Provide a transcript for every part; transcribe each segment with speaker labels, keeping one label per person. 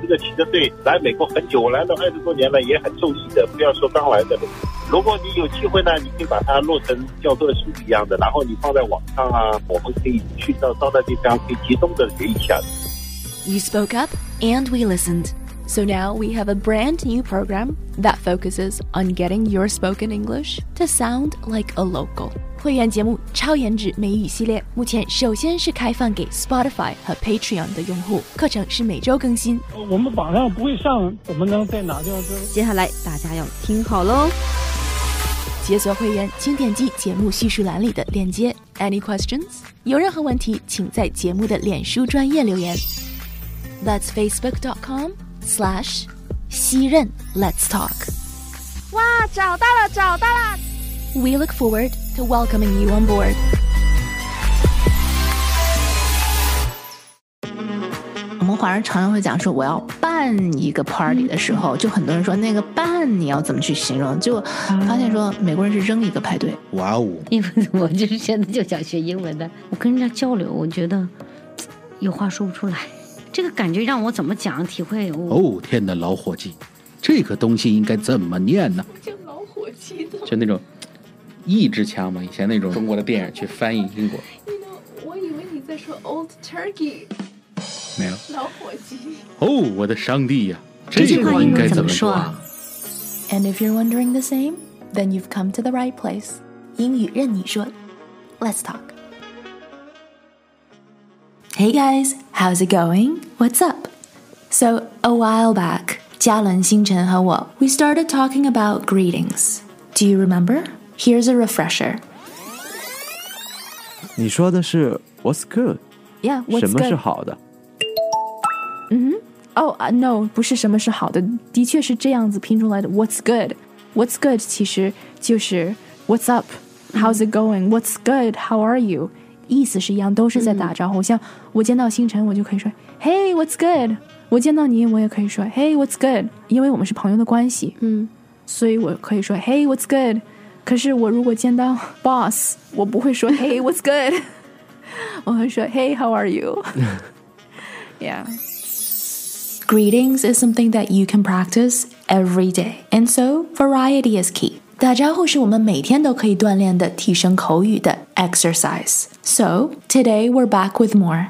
Speaker 1: 这个骑着队来美国很久，我来了二十多年了，也很受益的。不要说刚来的，如果你有机会呢，你可以把它录成教授的书一样的，然后你放在网上啊，我们可以去到到那地方可以集中的学一下。
Speaker 2: You spoke up and we listened. So now we have a brand new program that focuses on getting your spoken English to sound like a local.
Speaker 3: 会员节目《超颜值美语系列》目前首先是开放给 Spotify 和 Patreon 的用户，课程是每周更新。
Speaker 4: 我们榜上不会上，怎么能在哪地方知？
Speaker 5: 接下来大家要听好喽！
Speaker 3: 解锁会员，请点击节目叙述栏里的链接。Any questions？有任何问题，请在节目的脸书专业留言。That's Facebook.com/slash 西任 Let's Talk。
Speaker 6: 哇，找到了，找到了！
Speaker 3: We look forward to welcoming you on board.
Speaker 7: Mm. 我们华人常常会讲说，我要办一个 party 的时候，就很多人说那个办你要怎么去形容？就发现说美国人是扔一个派对。
Speaker 8: 哇哦！
Speaker 9: 因为 我就是现在就想学英文的，我跟人家交流，我觉得有话说不出来，这个感觉让我怎么讲体会？
Speaker 8: 哦天哪，老伙计，这个东西应该怎么念呢？
Speaker 10: 就那种意志腔嘛，以前那种中国的电影去翻译英国。
Speaker 11: You know, 我以为你在说 old turkey。
Speaker 10: 没有。
Speaker 11: 老伙计。
Speaker 10: 哦，我的上帝呀、
Speaker 9: 啊！这句话
Speaker 10: 应该
Speaker 9: 怎么
Speaker 10: 说
Speaker 9: 啊
Speaker 2: ？And if you're wondering the same, then you've come to the right place.
Speaker 3: 英语任你说，Let's talk.
Speaker 2: Hey guys, how's it going? What's up? So a while back, 嘉伦、星辰和我，we started talking about greetings. Do you remember? Here's a refresher.
Speaker 12: 你说的是 What's good?
Speaker 2: Yeah, what's good?
Speaker 12: 什么是好的？
Speaker 2: 嗯哼，哦啊，no，不是什么是好的，的确是这样子拼出来的。What's good? What's good 其实就是 What's up? How's it going? What's good? How are you? 意思是一样，都是在打招呼。像我见到星辰，我就可以说 Hey, what's good? 我见到你，我也可以说 Hey, what's good? 因为我们是朋友的关系。
Speaker 3: 嗯。
Speaker 2: 所以我可以说 Hey, what's good？可是我如果见到 boss，我不会说 Hey, what's good？我会说 Hey, how are you? yeah. Greetings is something that you can practice every day, and so variety is key. 打招呼是我们每天都可以锻炼的提升口语的 exercise. So today we're back with more.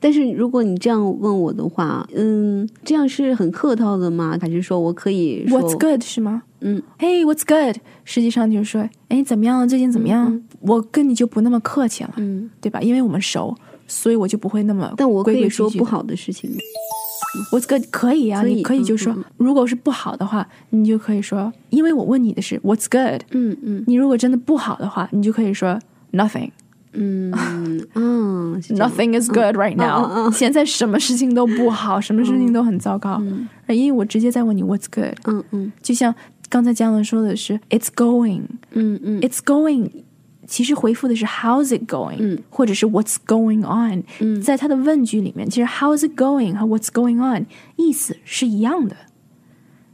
Speaker 5: 但是如果你这样问我的话，嗯，这样是很客套的吗？还是说我可以说
Speaker 2: What's good 是吗？
Speaker 5: 嗯
Speaker 2: ，Hey，What's good？实际上就是说，哎，怎么样？最近怎么样？啊
Speaker 5: 嗯
Speaker 2: 我跟你就不那么客气了，
Speaker 5: 嗯，
Speaker 2: 对吧？因为我们熟，所以我就不会那么
Speaker 5: 但我可以
Speaker 2: 规
Speaker 5: 说
Speaker 2: 规矩矩
Speaker 5: 不好的事情。
Speaker 2: What's good？可以啊，
Speaker 5: 可以
Speaker 2: 你可以就说，
Speaker 5: 嗯嗯
Speaker 2: 如果是不好的话，你就可以说，因为我问你的是 What's good？
Speaker 5: 嗯嗯
Speaker 2: 你如果真的不好的话，你就可以说 Nothing。
Speaker 5: 嗯嗯是这样
Speaker 2: Nothing is good right
Speaker 5: 嗯嗯
Speaker 2: now、
Speaker 5: 嗯嗯
Speaker 2: 现在什么事情都不好，什么事情都很糟糕。
Speaker 5: 嗯
Speaker 2: 而因为我直接在问你 What's good，
Speaker 5: 嗯嗯
Speaker 2: 就像刚才姜文说的是 It's going，
Speaker 5: 嗯嗯
Speaker 2: It's going，其实回复的是 How's it going，、
Speaker 5: 嗯
Speaker 2: 或者是 What's going on。
Speaker 5: 嗯
Speaker 2: 在它的问句里面，其实 How's it going 和 What's going on 意思是一样的。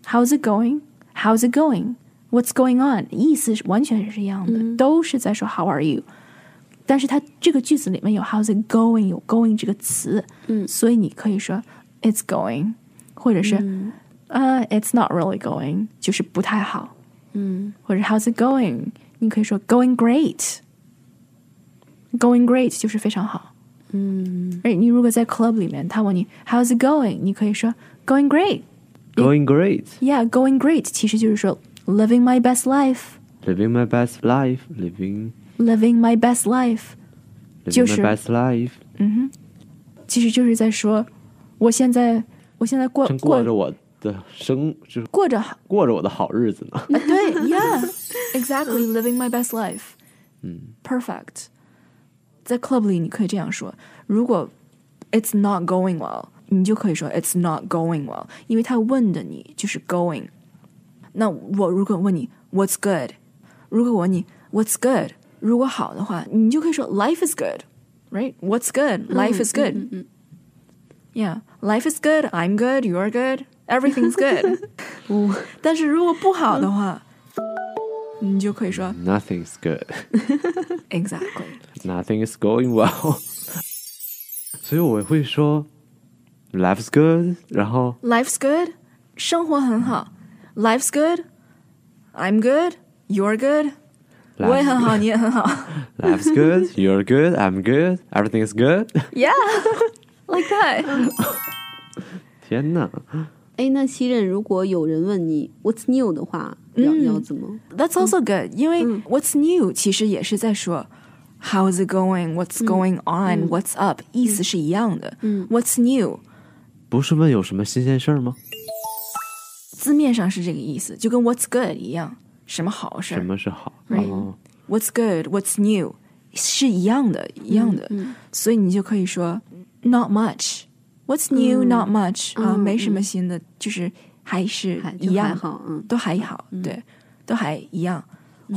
Speaker 2: How's it going？How's it going？What's going on？意思是完全是一样的，
Speaker 5: 嗯
Speaker 2: 都是在说 How are you。但是它这个句子里面有 How's it going，有 going 这个词，
Speaker 5: 嗯
Speaker 2: 所以你可以说 It's going，或者是、
Speaker 5: 嗯
Speaker 2: 呃 It's not really going，就是不太好。
Speaker 5: 嗯
Speaker 2: 或者 How's it going？你可以说 Going great。Going great 就是非常好。
Speaker 5: 嗯
Speaker 2: 而你如果在 club 里面，他问你 How's it going？你可以说 Going great。
Speaker 12: Going great,
Speaker 2: Yeah，going great 其实就是说 Living my best life，Living
Speaker 12: living my best life, living
Speaker 2: my best life，就
Speaker 12: living
Speaker 2: 是
Speaker 12: my best life，
Speaker 2: 嗯哼，其实就是在说我现在我现在过
Speaker 12: 正过
Speaker 2: 过
Speaker 12: 着我的生，就是
Speaker 2: 过着好
Speaker 12: 过着我的好日子 呢。
Speaker 2: 啊，对，Yeah，exactly living my best life。
Speaker 12: 嗯
Speaker 2: perfect。在 club 里你可以这样说，如果 it's not going well，你就可以说 it's not going well，因为他问的你就是 going。那我如果问你 what's good，如果我问你 what's good，如果好的话，你就可以说 life is good，right？What's good？Life is
Speaker 5: 嗯嗯
Speaker 2: good，yeah，life is good，I'm good，you're good，everything's good
Speaker 5: 嗯哦
Speaker 2: 但是如果不好的话，你就可以说
Speaker 12: ，Nothing's good,
Speaker 2: exactly。
Speaker 12: nothing is going well。所以我会说 Life's good，然后
Speaker 2: Life's good，生活很好。Life's good, I'm good, you're good，
Speaker 12: Life's
Speaker 2: 我也很好，你也很好。
Speaker 12: Life's good, you're good, I'm good, everything is good。
Speaker 2: Yeah, like that.
Speaker 12: 天哪，
Speaker 5: 哎，那西任，如果有人问你 What's new 的话，
Speaker 2: 嗯
Speaker 5: 要、要怎么？
Speaker 2: That's also good，因为 What's new 其实也是在说 How's it going? What's
Speaker 5: 嗯
Speaker 2: going on?
Speaker 5: 嗯
Speaker 2: What's up？意思是一样的。
Speaker 5: 嗯
Speaker 2: What's new？
Speaker 12: 不是问有什么新鲜事儿吗？
Speaker 2: 字面上是这个意思，就跟 What's good 一样，什么好事
Speaker 12: 什
Speaker 2: 儿
Speaker 12: 么是好？
Speaker 2: Right
Speaker 12: 哦，
Speaker 2: ？What's good？What's new？是一样的，一样
Speaker 5: 嗯
Speaker 2: 的。所以你就可以说 Not much。What's new？、
Speaker 5: 嗯
Speaker 2: Not much、啊，
Speaker 5: 嗯
Speaker 2: 没什么新的，就是还是
Speaker 5: 还就
Speaker 2: 一样，
Speaker 5: 还好嗯
Speaker 2: 都还好，对，都还一样。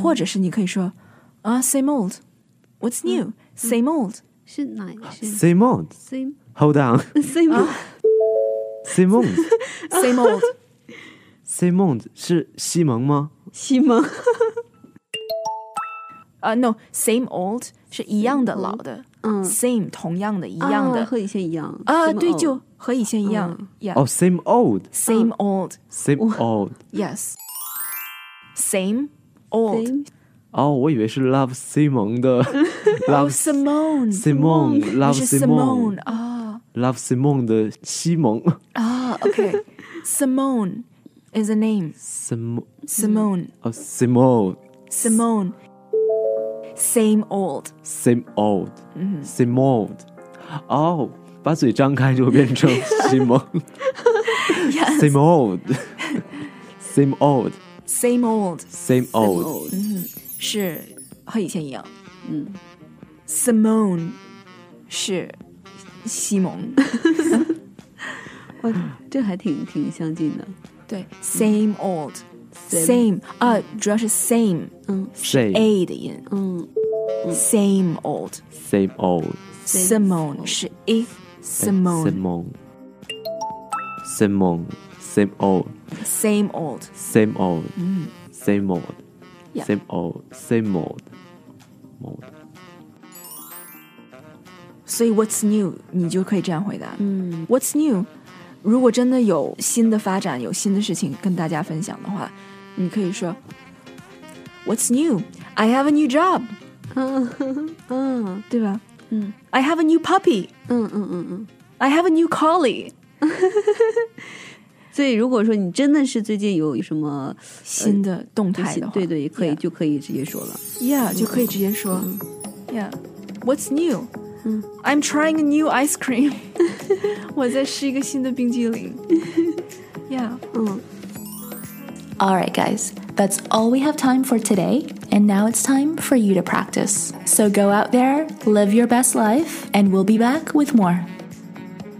Speaker 2: 或者是你可以说啊，same old，what's
Speaker 5: 嗯
Speaker 2: new？same old。
Speaker 5: 是哪一个是
Speaker 12: Simone,
Speaker 5: same
Speaker 12: hold on,
Speaker 5: same
Speaker 2: 啊
Speaker 12: Simone,
Speaker 2: same old
Speaker 12: Simone 是西蒙吗？
Speaker 5: 西蒙
Speaker 2: 啊、n o s a m e old 是一样的老的，嗯，same 同样的，一
Speaker 5: 一
Speaker 2: 样的
Speaker 5: 啊和以前一样
Speaker 2: 啊，
Speaker 5: same
Speaker 2: 对，
Speaker 5: old 嗯
Speaker 2: 就和以前一样
Speaker 12: 哦
Speaker 2: ，yeah，same
Speaker 12: ，same old,
Speaker 2: old
Speaker 12: same old。
Speaker 2: yes，same old
Speaker 12: 哦，我以为是 Love Simon 的 Love
Speaker 2: Oh, Simone
Speaker 12: Simone Love
Speaker 2: 那是 Simone Ah,
Speaker 12: Simon
Speaker 2: 啊
Speaker 12: Love Simon 的西蒙
Speaker 2: 啊，OK，Simone ah, is a name，Simone
Speaker 12: Simon 哦 Simon
Speaker 2: Simone same old，
Speaker 12: Same old
Speaker 2: 嗯
Speaker 12: Same old 哦，把嘴张开就会 变成西蒙
Speaker 2: ，yes，same
Speaker 12: Same old Same old
Speaker 2: old，
Speaker 12: Same old
Speaker 2: 嗯，是和以前一样。
Speaker 5: 嗯
Speaker 2: Simone 是西蒙，
Speaker 5: 哇，这还挺挺相近的。
Speaker 2: 对，same old same
Speaker 5: Same
Speaker 2: 啊，主要是 same，
Speaker 5: 嗯
Speaker 2: 是
Speaker 12: Same
Speaker 2: a 的音
Speaker 5: 嗯
Speaker 2: ，same old
Speaker 12: Same old
Speaker 2: Simone 是 a Simone
Speaker 12: Simon Simon Same old
Speaker 2: same old，
Speaker 12: Same old
Speaker 2: 嗯
Speaker 12: Same old
Speaker 2: Yeah
Speaker 12: Same old Same old Old
Speaker 2: 所以 what's new 你就可以这样回答
Speaker 5: 嗯
Speaker 2: ，what's new？如果真的有新的发展，有新的事情跟大家分享的话，你可以说 What's new? I have a new job，
Speaker 5: 嗯嗯 嗯
Speaker 2: 对吧
Speaker 5: 嗯
Speaker 2: ？I have a new puppy。
Speaker 5: 嗯嗯嗯。
Speaker 2: I have a new collie，
Speaker 5: 所以如果说你真的是最近有什么呃
Speaker 2: 新的动态的话，
Speaker 5: 对对，也可以就可以直接说了。
Speaker 2: ，Yeah 就可以直接说，Yeah，What's new？
Speaker 5: 嗯
Speaker 2: I'm trying a new ice cream，我在吃一个新的冰激凌。Yeah，
Speaker 5: 嗯
Speaker 3: All right, guys, that's all we have time for today. And now it's time for you to practice. So go out there, live your best life, and we'll be back with more.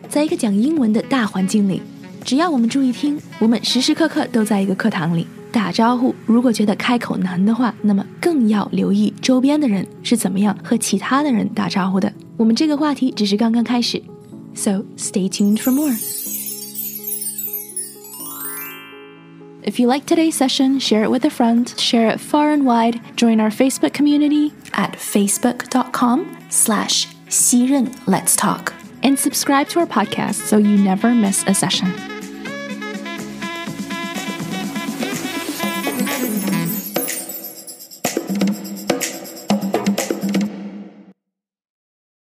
Speaker 3: 在一个讲英文的大环境里，只要我们注意听，我们时时刻刻都在一个课堂里。打招呼，如果觉得开口难的话，那么更要留意周边的人是怎么样和其他的人打招呼的。我们这个话题只是刚刚开始，so stay tuned for more. If you like today's session, share it with a friend, share it far and wide, join our Facebook community at facebook.com slash 西任 Let's Talk, and subscribe to our podcast so you never miss a session.